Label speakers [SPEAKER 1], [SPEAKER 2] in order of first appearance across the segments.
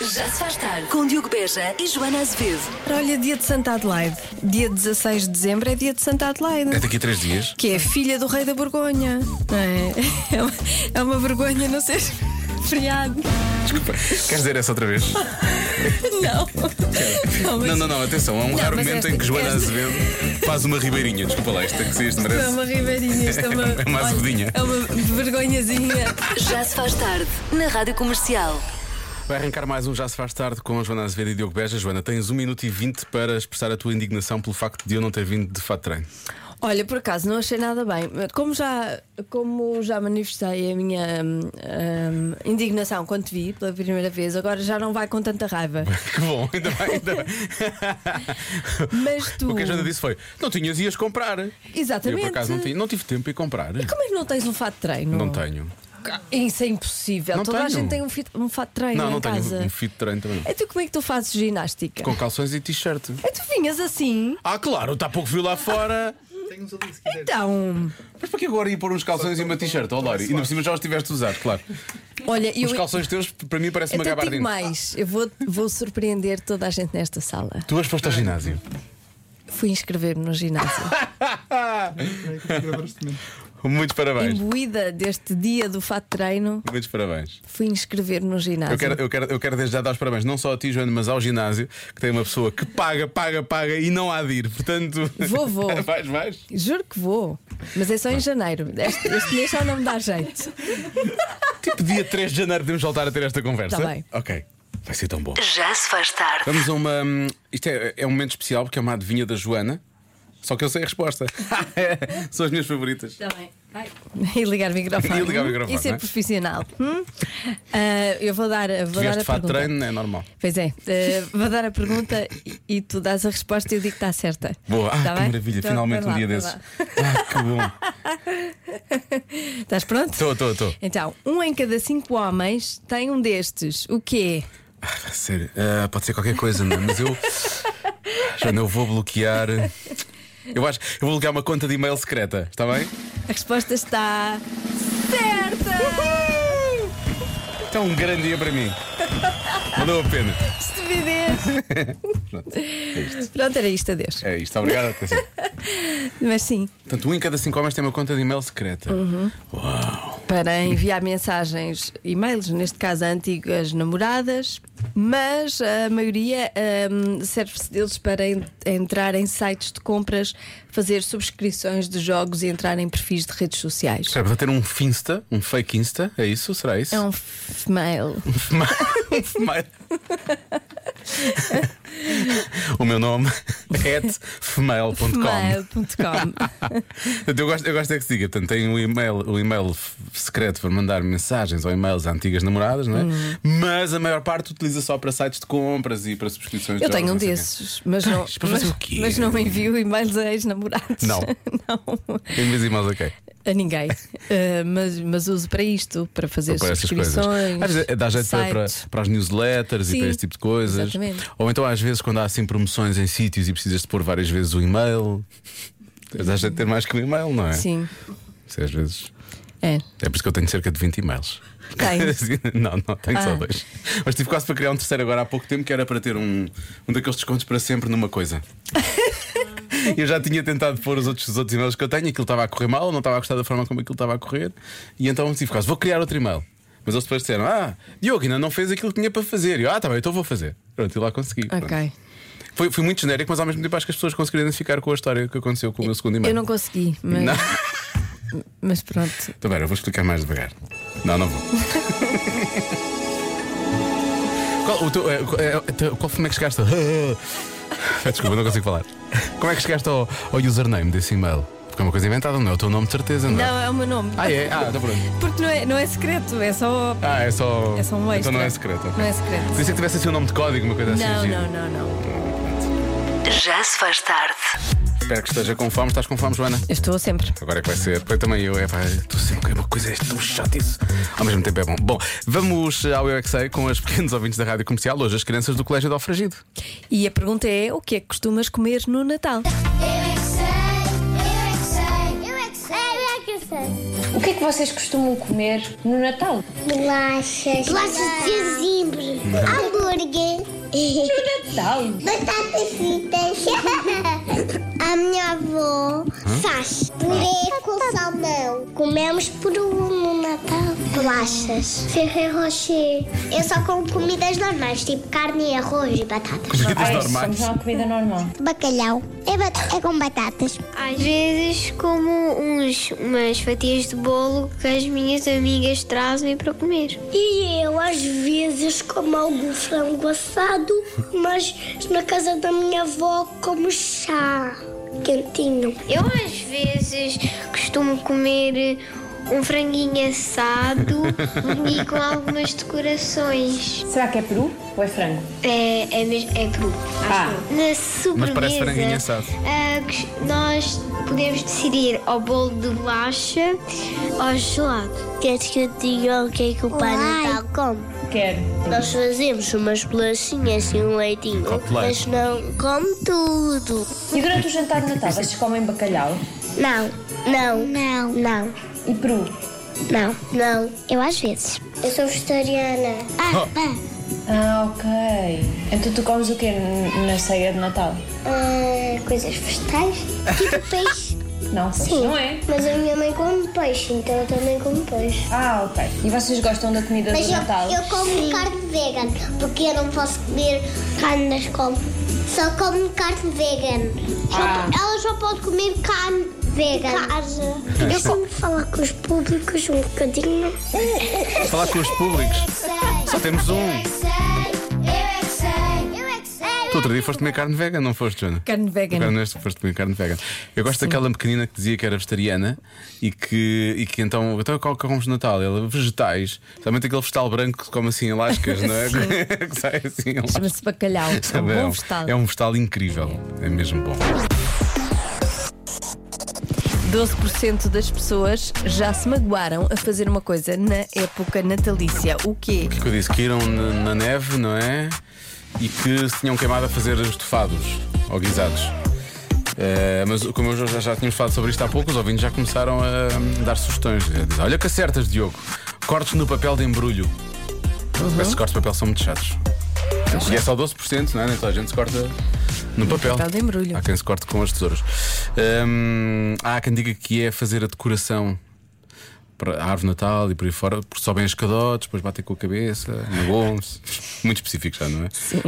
[SPEAKER 1] Já se faz tarde com Diogo Beja e Joana Azevedo.
[SPEAKER 2] Olha, dia de Santa Adelaide. Dia 16 de dezembro é dia de Santa
[SPEAKER 3] É
[SPEAKER 2] Adelaide.
[SPEAKER 3] daqui a três dias.
[SPEAKER 2] Que é filha do rei da Borgonha. não É, é, uma, é uma vergonha não ser feriado.
[SPEAKER 3] Desculpa. Queres dizer essa outra vez?
[SPEAKER 2] Não. Não, mas
[SPEAKER 3] Não, não, não, atenção. Há um raro
[SPEAKER 2] mas
[SPEAKER 3] momento
[SPEAKER 2] esta-
[SPEAKER 3] em que Joana
[SPEAKER 2] esta-
[SPEAKER 3] Azevedo faz uma ribeirinha. Desculpa lá, isto é que se este
[SPEAKER 2] É
[SPEAKER 3] merece.
[SPEAKER 2] uma ribeirinha, isto é uma.
[SPEAKER 3] É uma
[SPEAKER 2] olha,
[SPEAKER 3] azedinha.
[SPEAKER 2] É uma vergonhazinha.
[SPEAKER 1] Já se faz tarde na Rádio Comercial.
[SPEAKER 3] Vai arrancar mais um Já Se Faz Tarde com a Joana Azevedo e Diogo Beja. Joana, tens 1 minuto e 20 para expressar a tua indignação pelo facto de eu não ter vindo de fato de treino.
[SPEAKER 2] Olha, por acaso não achei nada bem. Como já, como já manifestei a minha hum, hum, indignação quando te vi pela primeira vez, agora já não vai com tanta raiva.
[SPEAKER 3] Que bom, ainda bem. Ainda bem.
[SPEAKER 2] Mas tu.
[SPEAKER 3] O que a Joana disse foi: não tinhas, ias comprar. Eu
[SPEAKER 2] Exatamente.
[SPEAKER 3] por acaso não, tinha, não tive tempo para ir comprar.
[SPEAKER 2] Como é que não tens um fato de treino?
[SPEAKER 3] Não tenho.
[SPEAKER 2] Isso é impossível.
[SPEAKER 3] Não
[SPEAKER 2] Toda a
[SPEAKER 3] tenho.
[SPEAKER 2] gente tem um, fit- um fato de treino
[SPEAKER 3] Não,
[SPEAKER 2] em
[SPEAKER 3] não tenho
[SPEAKER 2] casa.
[SPEAKER 3] um fit de treino também. não.
[SPEAKER 2] Então como é que tu fazes ginástica?
[SPEAKER 3] Com calções e t-shirt.
[SPEAKER 2] É tu vinhas assim?
[SPEAKER 3] Ah, claro, está pouco viu lá fora.
[SPEAKER 2] Então,
[SPEAKER 3] Mas para que agora ir pôr uns calções e uma t-shirt? Ó, Lori, ainda por cima já os tiveste usado, claro.
[SPEAKER 2] olha, eu,
[SPEAKER 3] Os calções teus, para mim, parece uma
[SPEAKER 2] até digo
[SPEAKER 3] gabardina.
[SPEAKER 2] mais. Eu vou, vou surpreender toda a gente nesta sala.
[SPEAKER 3] Tu hoje foste ao ginásio.
[SPEAKER 2] Fui inscrever-me no ginásio.
[SPEAKER 3] Muitos parabéns.
[SPEAKER 2] Imbuída deste dia do fato de treino,
[SPEAKER 3] Muitos parabéns.
[SPEAKER 2] fui inscrever-me no ginásio.
[SPEAKER 3] Eu quero, eu, quero, eu quero desde já dar os parabéns, não só a ti, Joana, mas ao ginásio, que tem uma pessoa que paga, paga, paga e não há de ir. Portanto,
[SPEAKER 2] Vou, vou.
[SPEAKER 3] vais, vais.
[SPEAKER 2] Juro que vou, mas é só em janeiro. Este, este mês já não me dá jeito.
[SPEAKER 3] Tipo, dia 3 de janeiro podemos voltar a ter esta conversa.
[SPEAKER 2] Tá bem.
[SPEAKER 3] Ok, vai ser tão bom.
[SPEAKER 1] Já se faz tarde.
[SPEAKER 3] Vamos a uma. hum, Isto é, é um momento especial porque é uma adivinha da Joana. Só que eu sei a resposta. São as minhas favoritas.
[SPEAKER 2] E ligar o microfone.
[SPEAKER 3] E ligar o microfone,
[SPEAKER 2] E ser
[SPEAKER 3] não é?
[SPEAKER 2] profissional. Hum? Ah, eu vou dar, vou dar
[SPEAKER 3] Tiveste
[SPEAKER 2] a
[SPEAKER 3] de fato
[SPEAKER 2] pergunta.
[SPEAKER 3] treino, não é normal.
[SPEAKER 2] Pois é, eh, vou dar a pergunta e, e tu dás a resposta e eu digo que está certa.
[SPEAKER 3] Boa, ah,
[SPEAKER 2] Tá
[SPEAKER 3] que
[SPEAKER 2] bem?
[SPEAKER 3] maravilha,
[SPEAKER 2] Então,
[SPEAKER 3] finalmente
[SPEAKER 2] vai lá,
[SPEAKER 3] um dia
[SPEAKER 2] vai
[SPEAKER 3] desses.
[SPEAKER 2] lá.
[SPEAKER 3] Ah, que bom.
[SPEAKER 2] Estás pronto?
[SPEAKER 3] Estou, estou, estou.
[SPEAKER 2] Então, um em cada cinco homens tem um destes. O quê?
[SPEAKER 3] Ah, Sério, ah, pode ser qualquer coisa, não é? Mas eu. Joana, eu vou bloquear. Eu acho. Eu vou bloquear uma conta de e-mail secreta, está bem?
[SPEAKER 2] A resposta está certa!
[SPEAKER 3] Isto é um grande dia para mim. Valeu a pena.
[SPEAKER 2] Estupidez! Pronto, era isto, adeus.
[SPEAKER 3] É isto, obrigado. até sempre.
[SPEAKER 2] Mas sim,
[SPEAKER 3] Portanto, um em cada cinco homens tem uma conta de e-mail secreta.
[SPEAKER 2] Uhum. para enviar mensagens, e-mails, neste caso a antigas namoradas, mas a maioria hum, serve-se deles para en- entrar em sites de compras, fazer subscrições de jogos e entrar em perfis de redes sociais.
[SPEAKER 3] Espera, vou ter um finsta, um fake insta, é isso? Será isso?
[SPEAKER 2] É um female.
[SPEAKER 3] Um femail. o meu nome é femail.com.
[SPEAKER 2] Female.com.
[SPEAKER 3] Portanto, eu gosto, eu gosto é que se diga. Portanto, tem o e-mail, o e-mail f- secreto para mandar mensagens ou e-mails a antigas namoradas, não é?
[SPEAKER 2] Hum.
[SPEAKER 3] Mas a maior parte utiliza só para sites de compras e para subscrições de
[SPEAKER 2] Eu
[SPEAKER 3] jogos,
[SPEAKER 2] tenho um
[SPEAKER 3] não sei o quê.
[SPEAKER 2] desses, mas não,
[SPEAKER 3] Tens, para
[SPEAKER 2] mas,
[SPEAKER 3] fazer o quê?
[SPEAKER 2] mas não envio e-mails a ex-namorados.
[SPEAKER 3] Não.
[SPEAKER 2] não.
[SPEAKER 3] Em vez de e-mails, ok.
[SPEAKER 2] A ninguém. Eh, mas, mas uso para isto, para fazer
[SPEAKER 3] Então, Para essas coisas.
[SPEAKER 2] subscrições.
[SPEAKER 3] Às vezes dá jeito para, para,
[SPEAKER 2] sites.
[SPEAKER 3] para as newsletters e
[SPEAKER 2] Sim,
[SPEAKER 3] para esse tipo de coisas.
[SPEAKER 2] exatamente.
[SPEAKER 3] Ou então, às vezes, quando há assim promoções em sítios e precisas de pôr várias vezes o e-mail, dá jeito de ter mais que um e-mail, não é?
[SPEAKER 2] Sim,
[SPEAKER 3] Isso às vezes.
[SPEAKER 2] é.
[SPEAKER 3] É por isso que eu tenho cerca de 20 e-mails.
[SPEAKER 2] Tens?
[SPEAKER 3] não, não, tenho só
[SPEAKER 2] Ah.
[SPEAKER 3] dois. Mas tive quase para criar um terceiro agora há pouco tempo que era para ter um, um daqueles descontos para sempre numa coisa. Eu já tinha tentado pôr os outros, os outros e-mails que eu tenho, aquilo estava a correr mal, eu não estava a gostar da forma como aquilo estava a correr, e então tive quase, vou criar outro e-mail. Mas eles depois disseram: Ah, Diogo ainda não fez aquilo que tinha para fazer. E eu, ah, tá bem, então vou fazer. Pronto, e lá consegui. Pronto.
[SPEAKER 2] Ok.
[SPEAKER 3] Foi, foi muito genérico, mas ao mesmo tempo acho que as pessoas conseguiram identificar com a história que aconteceu com o meu segundo e-mail.
[SPEAKER 2] Eu não consegui, mas,
[SPEAKER 3] Não.
[SPEAKER 2] mas pronto.
[SPEAKER 3] Então, pera, eu vou explicar mais devagar. Não, não vou. qual, o teu, eh, qual- eh, teu- qual- como é que chegaste? ao- Ah, Desculpa, não consigo falar. Como é que chegaste ao, ao username desse e-mail? Porque é uma coisa inventada, não é o teu nome de certeza, não, é?
[SPEAKER 2] Não, é o meu nome.
[SPEAKER 3] Ah, é? Ah, está pronto.
[SPEAKER 2] Porque não é, não é secreto, é só.
[SPEAKER 3] Ah, é só.
[SPEAKER 2] É só um extra.
[SPEAKER 3] Então não é secreto. ok.
[SPEAKER 2] Não é secreto.
[SPEAKER 3] Pensei que tivesse assim um nome de código, uma coisa assim.
[SPEAKER 2] Não,
[SPEAKER 3] gira.
[SPEAKER 2] não, não, não.
[SPEAKER 1] Já se faz tarde.
[SPEAKER 3] Espero que esteja com fome. Estás com fome, Joana?
[SPEAKER 2] Eu estou sempre.
[SPEAKER 3] Agora é que vai ser. Foi também eu, é pá, estou sempre com uma coisa, é tão chato isso. Ao mesmo tempo é bom. Bom, vamos ao Eu é Que Sei com os pequenos ouvintes da rádio comercial, hoje as crianças do Colégio do Alfragido.
[SPEAKER 2] Ah, E a pergunta é: o que é que costumas comer no Natal?
[SPEAKER 4] O que é que vocês costumam comer no Natal?
[SPEAKER 5] Bolachas. Bolachas de gengibre. Hambúrgueres.
[SPEAKER 4] Que Natal! Batatas fritas. A minha avó faz purê com salmão. Comemos peru no Natal. Bolachas. Ferreiro rocher. Eu só como comidas normais, tipo carne, arroz e batatas.
[SPEAKER 3] Comidas
[SPEAKER 5] Ai,
[SPEAKER 3] normais.
[SPEAKER 5] somos uma comida normal.
[SPEAKER 4] Bacalhau. É, bat- é com batatas.
[SPEAKER 6] Às vezes como uns, umas fatias de bolo que as minhas amigas trazem para comer.
[SPEAKER 4] E eu às vezes como algum frango assado, mas na casa da minha avó como chá quentinho.
[SPEAKER 6] Eu às vezes costumo comer um franguinho assado e com algumas decorações.
[SPEAKER 5] Será que é peru ou é frango?
[SPEAKER 6] É, é, mes- é peru.
[SPEAKER 5] Ah,
[SPEAKER 6] Na sobremesa,
[SPEAKER 3] Mas parece franguinho assado.
[SPEAKER 6] ah, cos- nós podemos decidir ao bolo de bolacha ou ao gelado.
[SPEAKER 4] Queres que eu diga o que é que o Pai Natal come?
[SPEAKER 5] quero.
[SPEAKER 4] Nós fazemos umas bolachinhas e um leitinho,
[SPEAKER 3] copo de leite.
[SPEAKER 4] mas não come tudo.
[SPEAKER 5] E durante o jantar de Natal vocês comem bacalhau
[SPEAKER 4] Não, não, não, não,
[SPEAKER 5] e peru?
[SPEAKER 4] não, não. Eu às vezes. Eu sou vegetariana. Ah, pá.
[SPEAKER 5] Oh. Ah, ok. Então tu comes o quê n- na ceia de Natal?
[SPEAKER 4] Ah, coisas vegetais, tipo peixe.
[SPEAKER 5] Não, pois não é.
[SPEAKER 4] Mas a minha mãe come peixe, então eu também como peixe.
[SPEAKER 5] Ah, ok. E vocês gostam da comida
[SPEAKER 4] Mas
[SPEAKER 5] do
[SPEAKER 4] eu,
[SPEAKER 5] Natal?
[SPEAKER 4] eu como carne vegan, porque eu não posso comer carne na escola. Só como carne vegan.
[SPEAKER 5] Ah.
[SPEAKER 4] Ela só pode comer carne vegan. Casa. Eu como falar com os públicos um bocadinho.
[SPEAKER 3] Falar com os públicos. Só temos um.
[SPEAKER 4] é Eu é que sei, eu é que sei, eu é que sei.
[SPEAKER 3] Tu outro dia foste comer carne vegan, não foste, Joana?
[SPEAKER 2] Carne vegan.
[SPEAKER 3] Agora neste foste comer carne vegan. Eu gosto daquela pequenina que dizia que era vegetariana e que, e que então. Então qual que comes de Natal? Ela, vegetais. Somente aquele vegetal branco que come assim em lascas, não é? que sai assim em lascas.
[SPEAKER 2] Chama-se bacalhau. É um
[SPEAKER 3] Sabe,
[SPEAKER 2] bom vegetal.
[SPEAKER 3] é um vegetal incrível. É mesmo bom.
[SPEAKER 2] 12% das pessoas já se magoaram a fazer uma coisa na época natalícia. O quê?
[SPEAKER 3] Que eu disse que iram na, na neve, não é? E que se tinham queimado a fazer estofados ou guisados. Eh, mas como eu já, já tínhamos falado sobre isto há pouco, os ouvintes já começaram a hum, dar sugestões. Eh, dizem, Olha que acertas, Diogo. Cortes no papel de embrulho. Esses cortes de papel são muito chatos. E é só 12%, não é? Nem toda a gente se corta no papel.
[SPEAKER 2] papel de embrulho.
[SPEAKER 3] Há quem se corte com as tesouras. Hum, há quem diga que é fazer a decoração para a árvore de Natal e por aí fora, porque sobem as cadotes, depois batem com a cabeça, magoam-se. Muito específico já, não é? Sim.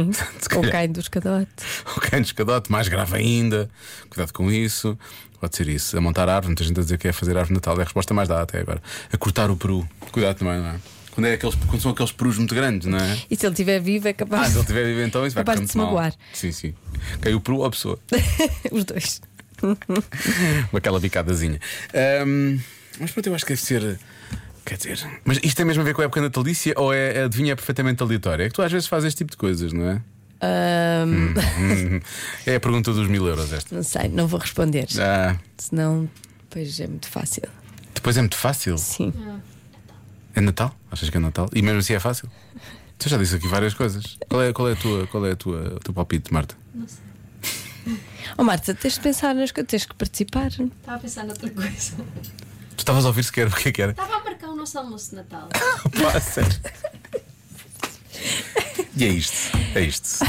[SPEAKER 2] Ou caem dos cadotes.
[SPEAKER 3] O cano de escadote, mais grave ainda. Cuidado com isso. Pode ser isso. A montar árvore, muita gente a dizer que é fazer árvore de Natal. É a resposta mais dada até agora. A cortar o peru. Cuidado também, não é? Quando, é aqueles, quando são aqueles perus muito grandes, não é?
[SPEAKER 2] E se ele estiver vivo, é
[SPEAKER 3] Ah,
[SPEAKER 2] capaz
[SPEAKER 3] se ele tiver vivo então isso vai
[SPEAKER 2] Capaz
[SPEAKER 3] correr
[SPEAKER 2] de se
[SPEAKER 3] muito mal.
[SPEAKER 2] magoar.
[SPEAKER 3] Sim, sim. Caiu o peru ou a pessoa?
[SPEAKER 2] os dois.
[SPEAKER 3] Com aquela bicadazinha. Ahm, mas pronto, eu acho que deve ser. Quer dizer. Mas isto tem mesmo a ver com a época natalícia ou é adivinha é perfeitamente aleatória? É que tu às vezes fazes este tipo de coisas, não é?
[SPEAKER 2] Ahm,
[SPEAKER 3] Hum, é a pergunta dos mil euros esta.
[SPEAKER 2] não sei, não vou responder.
[SPEAKER 3] Ah,
[SPEAKER 2] Senão, depois é muito fácil.
[SPEAKER 3] depois é muito fácil.
[SPEAKER 2] Sim.
[SPEAKER 3] É Natal? Achas que é Natal? E mesmo assim é fácil? Tu já disse aqui várias coisas. Qual é, qual é, a tua, qual é a tua, o teu palpite, Marta?
[SPEAKER 2] Oh, Marta, tens de pensar nas coisas, tens que participar.
[SPEAKER 7] Estava a pensar noutra coisa.
[SPEAKER 3] Tu estavas a ouvir sequer o que é que era?
[SPEAKER 7] Estava a marcar o nosso almoço de Natal.
[SPEAKER 3] Pá, sério. E é isto. É isto.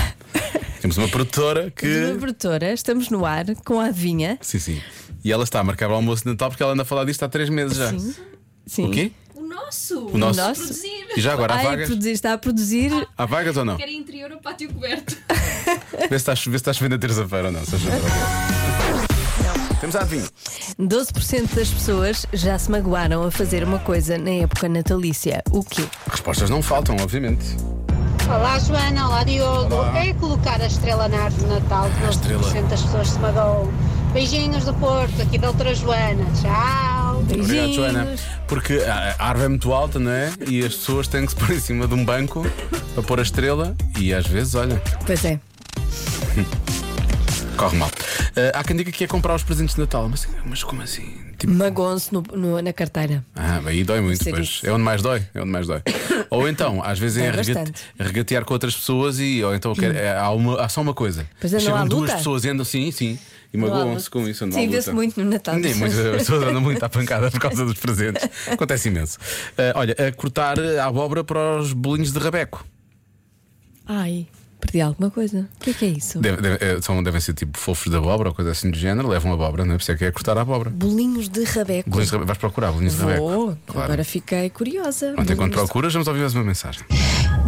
[SPEAKER 3] Temos uma produtora
[SPEAKER 2] Que...
[SPEAKER 3] que.
[SPEAKER 2] produtora, estamos no ar com a adivinha.
[SPEAKER 3] Sim, sim. E ela está a marcar o almoço de Natal porque ela anda a falar disto há três meses já.
[SPEAKER 2] Sim. Sim.
[SPEAKER 3] Ah. O quê?
[SPEAKER 7] O nosso!
[SPEAKER 3] O nosso.
[SPEAKER 2] nosso?
[SPEAKER 7] Produzir.
[SPEAKER 3] E já agora há
[SPEAKER 2] Ai,
[SPEAKER 3] vagas?
[SPEAKER 2] produzir, está a produzir.
[SPEAKER 3] Há vagas ou não?
[SPEAKER 7] Quer interior ou pátio coberto?
[SPEAKER 3] Vê se está, a cho- vê se está chovendo a terça-feira ou não. se a chover, ok. Temos a adivinha.
[SPEAKER 2] 12% das pessoas já se magoaram a fazer uma coisa na época natalícia. O quê?
[SPEAKER 3] Respostas não faltam, obviamente.
[SPEAKER 8] Olá Joana, olá Diogo. É colocar a estrela na árvore de Natal, que 12% das pessoas se magoam. Beijinhos do Porto, aqui da outra Joana. Tchau.
[SPEAKER 3] Obrigado,
[SPEAKER 2] Beijinhos.
[SPEAKER 3] Joana. Porque a a árvore é muito alta, não é? E as pessoas têm que se pôr em cima de um banco para pôr a estrela e às vezes, olha,
[SPEAKER 2] Pois é.
[SPEAKER 3] corre mal. Ah, há quem diga que é comprar os presentes de Natal, mas, mas como assim? Tipo,
[SPEAKER 2] Magoam-se no- no- na carteira.
[SPEAKER 3] ah, aí dói muito,
[SPEAKER 2] Ser
[SPEAKER 3] pois.
[SPEAKER 2] isso.
[SPEAKER 3] É onde mais dói, é onde mais dói. ou então, às vezes é,
[SPEAKER 2] É
[SPEAKER 3] regate-
[SPEAKER 2] bastante.
[SPEAKER 3] regatear com outras pessoas e ou então quer- é, há, uma- há só uma coisa.
[SPEAKER 2] Pois é, não
[SPEAKER 3] Chegam
[SPEAKER 2] há
[SPEAKER 3] duas
[SPEAKER 2] luta?
[SPEAKER 3] pessoas e andam assim, sim, e
[SPEAKER 2] há
[SPEAKER 3] magoam-se
[SPEAKER 2] luta.
[SPEAKER 3] com isso. não há
[SPEAKER 2] Sim, vê-se
[SPEAKER 3] luta.
[SPEAKER 2] muito no Natal.
[SPEAKER 3] Sim, mas as pessoas andam muito à pancada por causa dos presentes. Acontece imenso. Ah, olha, a cortar a abóbora para os bolinhos de rabeco.
[SPEAKER 2] Ai, de alguma coisa. O que é que é isso?
[SPEAKER 3] Deve- deve- eh, são, devem ser tipo fofos de abóbora ou coisa assim do género. Levam abóbora, não é? Por isso é que é cortar a abóbora.
[SPEAKER 2] Bolinhos de rabeco.
[SPEAKER 3] Bolinhos de rabeco. Vais procurar bolinhos de
[SPEAKER 2] Vou,
[SPEAKER 3] rabeco. é? Claro.
[SPEAKER 2] agora fiquei curiosa.
[SPEAKER 3] Pronto, enquanto
[SPEAKER 2] Bolinhos de-
[SPEAKER 3] procuras, vamos ouvir mais uma mensagem.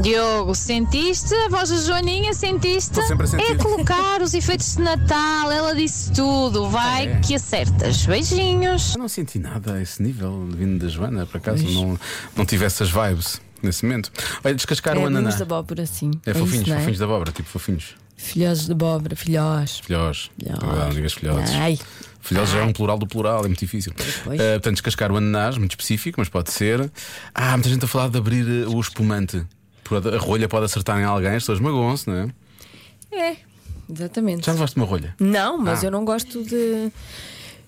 [SPEAKER 9] Diogo, sentiste? A voz da Joaninha, sentiste?
[SPEAKER 3] Estou sempre a sentir.
[SPEAKER 9] É colocar os efeitos de Natal, ela disse tudo. Vai
[SPEAKER 3] É.
[SPEAKER 9] que acertas. Beijinhos.
[SPEAKER 3] Eu não senti nada a esse nível vindo da Joana, por acaso não, não tive essas vibes nesse momento. Olha, descascar
[SPEAKER 2] É,
[SPEAKER 3] o ananá.
[SPEAKER 2] bolinhos de abóbora, sim.
[SPEAKER 3] É fofinhos,
[SPEAKER 2] isso, não
[SPEAKER 3] fofinhos da abóbora, tipo fofinhos.
[SPEAKER 2] Filhós de abóbora, filhós.
[SPEAKER 3] Filhós.
[SPEAKER 2] Filhós.
[SPEAKER 3] Ah, Não digas filhotes.
[SPEAKER 2] Ai.
[SPEAKER 3] Filhós já é um plural do plural, é muito difícil.
[SPEAKER 2] pois.
[SPEAKER 3] Ah, portanto, descascar o ananás, muito específico, mas pode ser. Ah, há muita gente a falar de abrir eh, o espumante. Por- A rolha pode acertar em alguém, as pessoas magoam-se, não é?
[SPEAKER 2] É, exatamente.
[SPEAKER 3] Já levaste uma rolha?
[SPEAKER 2] Não, mas
[SPEAKER 3] Ah.
[SPEAKER 2] eu não gosto de.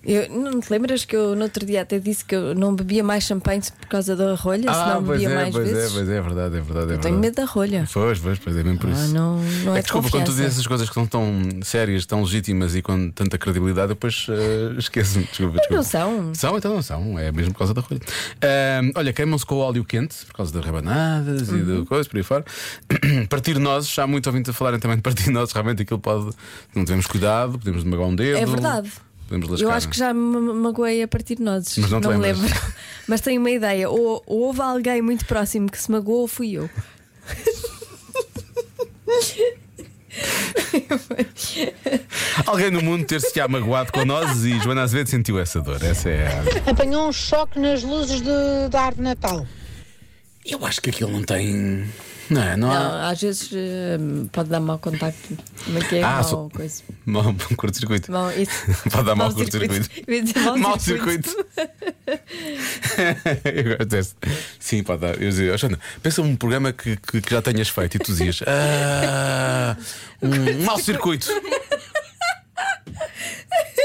[SPEAKER 2] Eu, não te lembras que eu no outro dia até disse que eu não bebia mais champanhe por causa da rolha, senão
[SPEAKER 3] pois
[SPEAKER 2] bebia
[SPEAKER 3] é,
[SPEAKER 2] mais
[SPEAKER 3] pois é,
[SPEAKER 2] vezes?
[SPEAKER 3] pois é, é verdade, é verdade. É
[SPEAKER 2] Tenho medo da rolha.
[SPEAKER 3] Pois, pois, pois é, mesmo por
[SPEAKER 2] Ah,
[SPEAKER 3] isso.
[SPEAKER 2] não- não é de
[SPEAKER 3] desculpa, quando tu dizes
[SPEAKER 2] confiança.
[SPEAKER 3] essas coisas que são tão sérias, tão legítimas e com tanta credibilidade, depois eh, esqueço-me. Desculpa, desculpa.
[SPEAKER 2] não são.
[SPEAKER 3] São, então não são. É mesmo por causa da rolha. Ahm, olha, queimam-se com o óleo quente, por causa das rebanadas e
[SPEAKER 2] Uhum.
[SPEAKER 3] do coisa, por aí fora. partir nozes, há muito ouvindo a falarem também de partir nozes, realmente aquilo pode. Não tivemos cuidado, podemos magoar um dedo.
[SPEAKER 2] É verdade.
[SPEAKER 3] Podemos lascar.
[SPEAKER 2] Eu acho que já me me magoei a partir de nozes.
[SPEAKER 3] Mas não te
[SPEAKER 2] me
[SPEAKER 3] lembras.
[SPEAKER 2] lembro. Mas tenho uma ideia. Ou, ou houve alguém muito próximo que se magoou ou fui eu.
[SPEAKER 3] Alguém no mundo ter-se-á magoado com nozes e Joana Azevedo sentiu essa dor. Essa é a.
[SPEAKER 8] Apanhou um choque nas luzes de, da árvore de Natal.
[SPEAKER 3] Eu acho que aquilo não tem. Não é? Não, há.
[SPEAKER 2] Não, às vezes eh, pode dar mau contacto. Como é que é?
[SPEAKER 3] Ah,
[SPEAKER 2] mau
[SPEAKER 3] só-
[SPEAKER 2] coisa.
[SPEAKER 3] Mau um curto-circuito.
[SPEAKER 2] Mau, isso.
[SPEAKER 3] Pode dar mau
[SPEAKER 2] Mau
[SPEAKER 3] curto-circuito.
[SPEAKER 2] circuito. Eu ia dizer mau
[SPEAKER 3] Mau
[SPEAKER 2] circuito.
[SPEAKER 3] circuito. Eu gosto desse. Sim, pode dar. Eu dizia, "Oh, Joana, pensa um programa que, que- que já tenhas feito e tu dizias. "Ah, um mau circuito.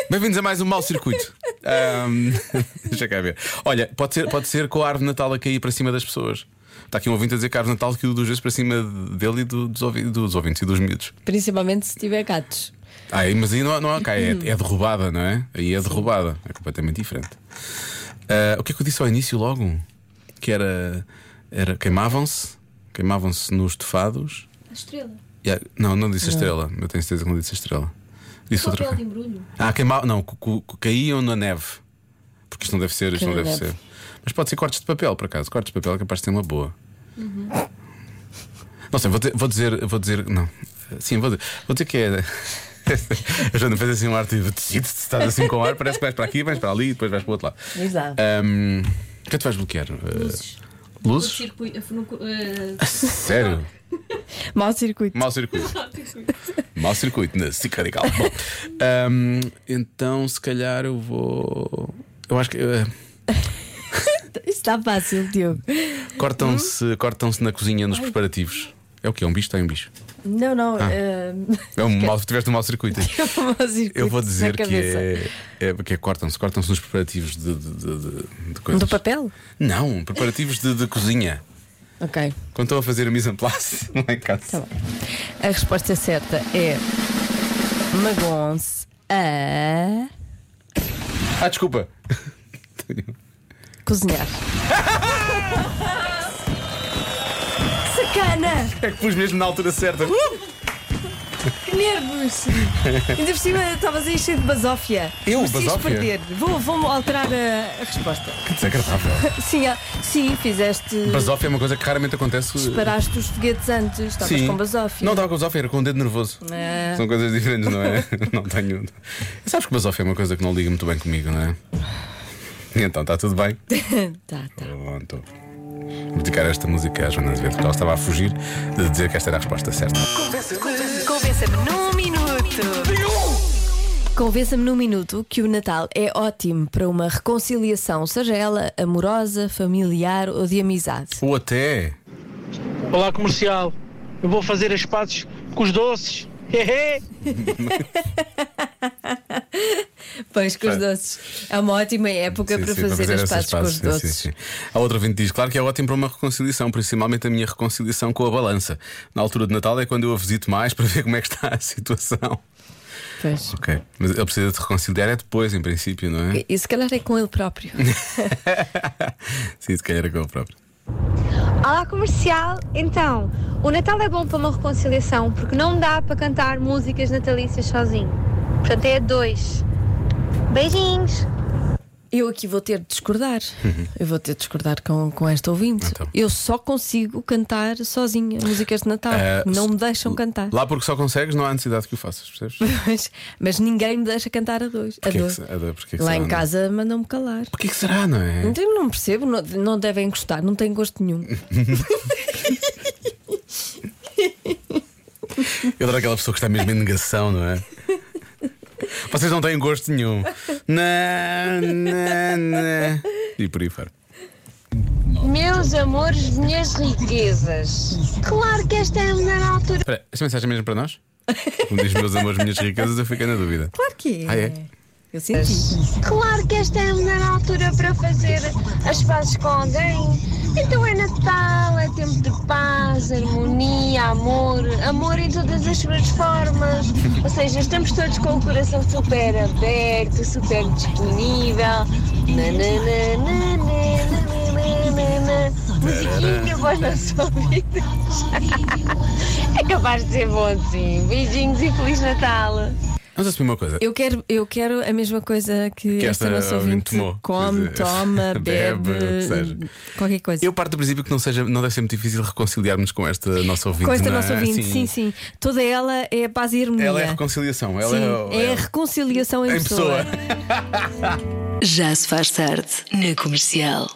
[SPEAKER 3] Bem-vindos a mais um mau circuito. Ahm, deixa cá ver. Olha, pode ser, pode ser com a árvore de Natal a cair para cima das pessoas. Está aqui um ouvinte a dizer que a árvore de Natal caiu duas vezes para cima dele e do- dos, ouvi- dos ouvintes e dos miúdos.
[SPEAKER 2] Principalmente se tiver gatos.
[SPEAKER 3] Ah, aí- mas aí não, não ok, é, é derrubada, não é? Aí é derrubada, é completamente diferente. Ah, o que é que eu disse ao início logo? Que era. era queimavam-se, queimavam-se nos estofados.
[SPEAKER 7] A estrela.
[SPEAKER 3] E há- não, não disse a estrela, eu tenho certeza que não disse a estrela. Disse
[SPEAKER 7] O
[SPEAKER 3] outra
[SPEAKER 7] papel de
[SPEAKER 3] coisa.
[SPEAKER 7] embrulho.
[SPEAKER 3] Ah, queimavam, não, cu- cu- cu- caíam na neve. Porque isto não deve ser, isto não
[SPEAKER 2] Caiu
[SPEAKER 3] deve
[SPEAKER 2] na
[SPEAKER 3] ser.
[SPEAKER 2] neve.
[SPEAKER 3] Mas pode ser cortes de papel, por acaso. Cortes de papel é capaz de ter uma boa.
[SPEAKER 2] Uhum.
[SPEAKER 3] Não sei, vou, te- vou dizer, vou dizer, não. Sim, vou, dizer- vou dizer que é. A Joana fez assim um arte de se estás assim com ar, parece que vais para aqui, vais para ali, depois vais para o outro lado.
[SPEAKER 2] Exato.
[SPEAKER 3] Ahm, o que é que tu vais bloquear? Eh,
[SPEAKER 7] Luzes.
[SPEAKER 3] Luzes?
[SPEAKER 7] Circuito. eh, no cu- eh,
[SPEAKER 3] Sério? É.
[SPEAKER 2] Mau circuito.
[SPEAKER 3] Mau circuito. Mau circuito, na SIC radical. Bom, ahm, então, se calhar eu vou. Eu acho que. eh,
[SPEAKER 2] Isso está fácil, Diogo.
[SPEAKER 3] Cortam-se cortam na cozinha nos preparativos. É o que? É um bicho? Tem um bicho.
[SPEAKER 2] Não, não.
[SPEAKER 3] Ah.
[SPEAKER 2] eh,
[SPEAKER 3] É um mau, tiveste um mau circuito.
[SPEAKER 2] mau circuito
[SPEAKER 3] Eu vou
[SPEAKER 2] na
[SPEAKER 3] dizer que
[SPEAKER 2] cabeça.
[SPEAKER 3] é, é porque é cortam-se, cortam-se nos preparativos de, de, de- de- de coisas.
[SPEAKER 2] Do papel?
[SPEAKER 3] Não, preparativos de, de cozinha.
[SPEAKER 2] Ok.
[SPEAKER 3] Quando estão a fazer a mise en place é lá em
[SPEAKER 2] Tá
[SPEAKER 3] casa.
[SPEAKER 2] bem. A resposta certa é Magonce a
[SPEAKER 3] ah, desculpa.
[SPEAKER 2] cozinhar. Sacana!
[SPEAKER 3] É que pus mesmo na altura certa. Uh!
[SPEAKER 2] Que nervos! Ainda por cima estavas aí cheio de basófia.
[SPEAKER 3] Eu,
[SPEAKER 2] Preciso
[SPEAKER 3] basófia?
[SPEAKER 2] perder. Vou, vou alterar a, a resposta.
[SPEAKER 3] Que desagradável.
[SPEAKER 2] Sim, ah, sim, fizeste.
[SPEAKER 3] Basófia é uma coisa que raramente acontece.
[SPEAKER 2] Disparaste os foguetes antes. Estavas
[SPEAKER 3] Sim.
[SPEAKER 2] com basófia.
[SPEAKER 3] Não estava com basófia, era com o dedo nervoso.
[SPEAKER 2] Ah.
[SPEAKER 3] São coisas diferentes, não é? não tenho. Sabes que basófia é uma coisa que não liga muito bem comigo, não é? E então, está tudo bem?
[SPEAKER 2] Tá, tá.
[SPEAKER 3] Pronto. Vou dedicar esta música à Joana Azevedo, porque ela estava a fugir de dizer que esta era a resposta certa.
[SPEAKER 1] Convença-me num minuto.
[SPEAKER 2] Um Convença-me num minuto que o Natal é ótimo para uma reconciliação, seja ela amorosa, familiar ou de amizade.
[SPEAKER 3] Ou até.
[SPEAKER 10] Olá comercial, eu vou fazer as pazes com os doces. Hehe.
[SPEAKER 2] Pois com os
[SPEAKER 3] Sim.
[SPEAKER 2] doces. É uma ótima época
[SPEAKER 3] Sim,
[SPEAKER 2] para
[SPEAKER 3] sim,
[SPEAKER 2] fazer, as
[SPEAKER 3] essas
[SPEAKER 2] pazes com os
[SPEAKER 3] pazes, sim,
[SPEAKER 2] doces.
[SPEAKER 3] sim, sim. A outra ouvinte diz: claro que é ótimo para uma reconciliação, principalmente a minha reconciliação com a balança. Na altura de Natal é quando eu a visito mais para ver como é que está a situação.
[SPEAKER 2] Pois.
[SPEAKER 3] Ok. Mas ele precisa de reconciliar é depois, em princípio, não é?
[SPEAKER 2] E se calhar é com ele próprio.
[SPEAKER 3] Sim, se calhar é com ele próprio.
[SPEAKER 11] Olá, comercial. Então, o Natal é bom para uma reconciliação porque não dá para cantar músicas natalícias sozinho. Portanto, é a dois. Beijinhos.
[SPEAKER 2] Eu aqui vou ter de discordar.
[SPEAKER 3] Uhum. Então.
[SPEAKER 2] Eu vou ter de discordar com, com esta ouvinte. Eu só consigo cantar sozinha músicas de Natal.
[SPEAKER 3] Eh,
[SPEAKER 2] Ah, não
[SPEAKER 3] s-
[SPEAKER 2] me deixam cantar.
[SPEAKER 3] Lá porque só consegues, não há necessidade que o faças, percebes?
[SPEAKER 2] Mas, mas ninguém me deixa cantar a dois. A
[SPEAKER 3] Porquê que
[SPEAKER 2] dois.
[SPEAKER 3] se- a dois, porquê que
[SPEAKER 2] Lá
[SPEAKER 3] será,
[SPEAKER 2] em
[SPEAKER 3] não é?
[SPEAKER 2] casa mandam-me calar.
[SPEAKER 3] Porquê que será, não é?
[SPEAKER 2] Então, eu não percebo, não, não devem gostar, não têm gosto nenhum.
[SPEAKER 3] Eu adoro aquela pessoa que está mesmo em negação, não é? Vocês não têm gosto nenhum. Não, não, não. E por aí fora.
[SPEAKER 12] Meus amores, minhas riquezas. Claro que esta é a melhor altura.
[SPEAKER 3] Espera, esta mensagem é mesmo para nós? Como diz meus amores, minhas riquezas, eu fiquei na dúvida.
[SPEAKER 12] Claro que
[SPEAKER 3] Ah, é?
[SPEAKER 2] Eu senti.
[SPEAKER 12] Claro que esta é a melhor altura para fazer as pazes com alguém. Então é Natal, é tempo de paz, harmonia, amor, amor em todas as suas formas. Ou seja, estamos todos com o coração super aberto, super disponível. Nananana, Musiquinha para os nossos ouvidos. É capaz de ser bom, sim. Beijinhos e Feliz Natal.
[SPEAKER 3] Vamos assumir uma coisa.
[SPEAKER 2] Eu quero, eu quero a mesma coisa que,
[SPEAKER 3] Que
[SPEAKER 2] esta
[SPEAKER 3] esta
[SPEAKER 2] nossa
[SPEAKER 3] ouvinte
[SPEAKER 2] ouvinte
[SPEAKER 3] tomou.
[SPEAKER 2] come,
[SPEAKER 3] Quer dizer,
[SPEAKER 2] toma,
[SPEAKER 3] bebe,
[SPEAKER 2] bebe,
[SPEAKER 3] o que seja.
[SPEAKER 2] qualquer coisa.
[SPEAKER 3] Eu parto do princípio que não, seja, não deve ser muito difícil reconciliarmos com esta nossa ouvinte.
[SPEAKER 2] Com esta
[SPEAKER 3] não é?
[SPEAKER 2] nossa ouvinte,
[SPEAKER 3] Assim,
[SPEAKER 2] sim, sim. Toda ela é paz e harmonia.
[SPEAKER 3] Ela é a reconciliação. Ela
[SPEAKER 2] Sim,
[SPEAKER 3] é,
[SPEAKER 2] é a reconciliação em,
[SPEAKER 3] em pessoa.
[SPEAKER 1] Já se faz tarde na comercial.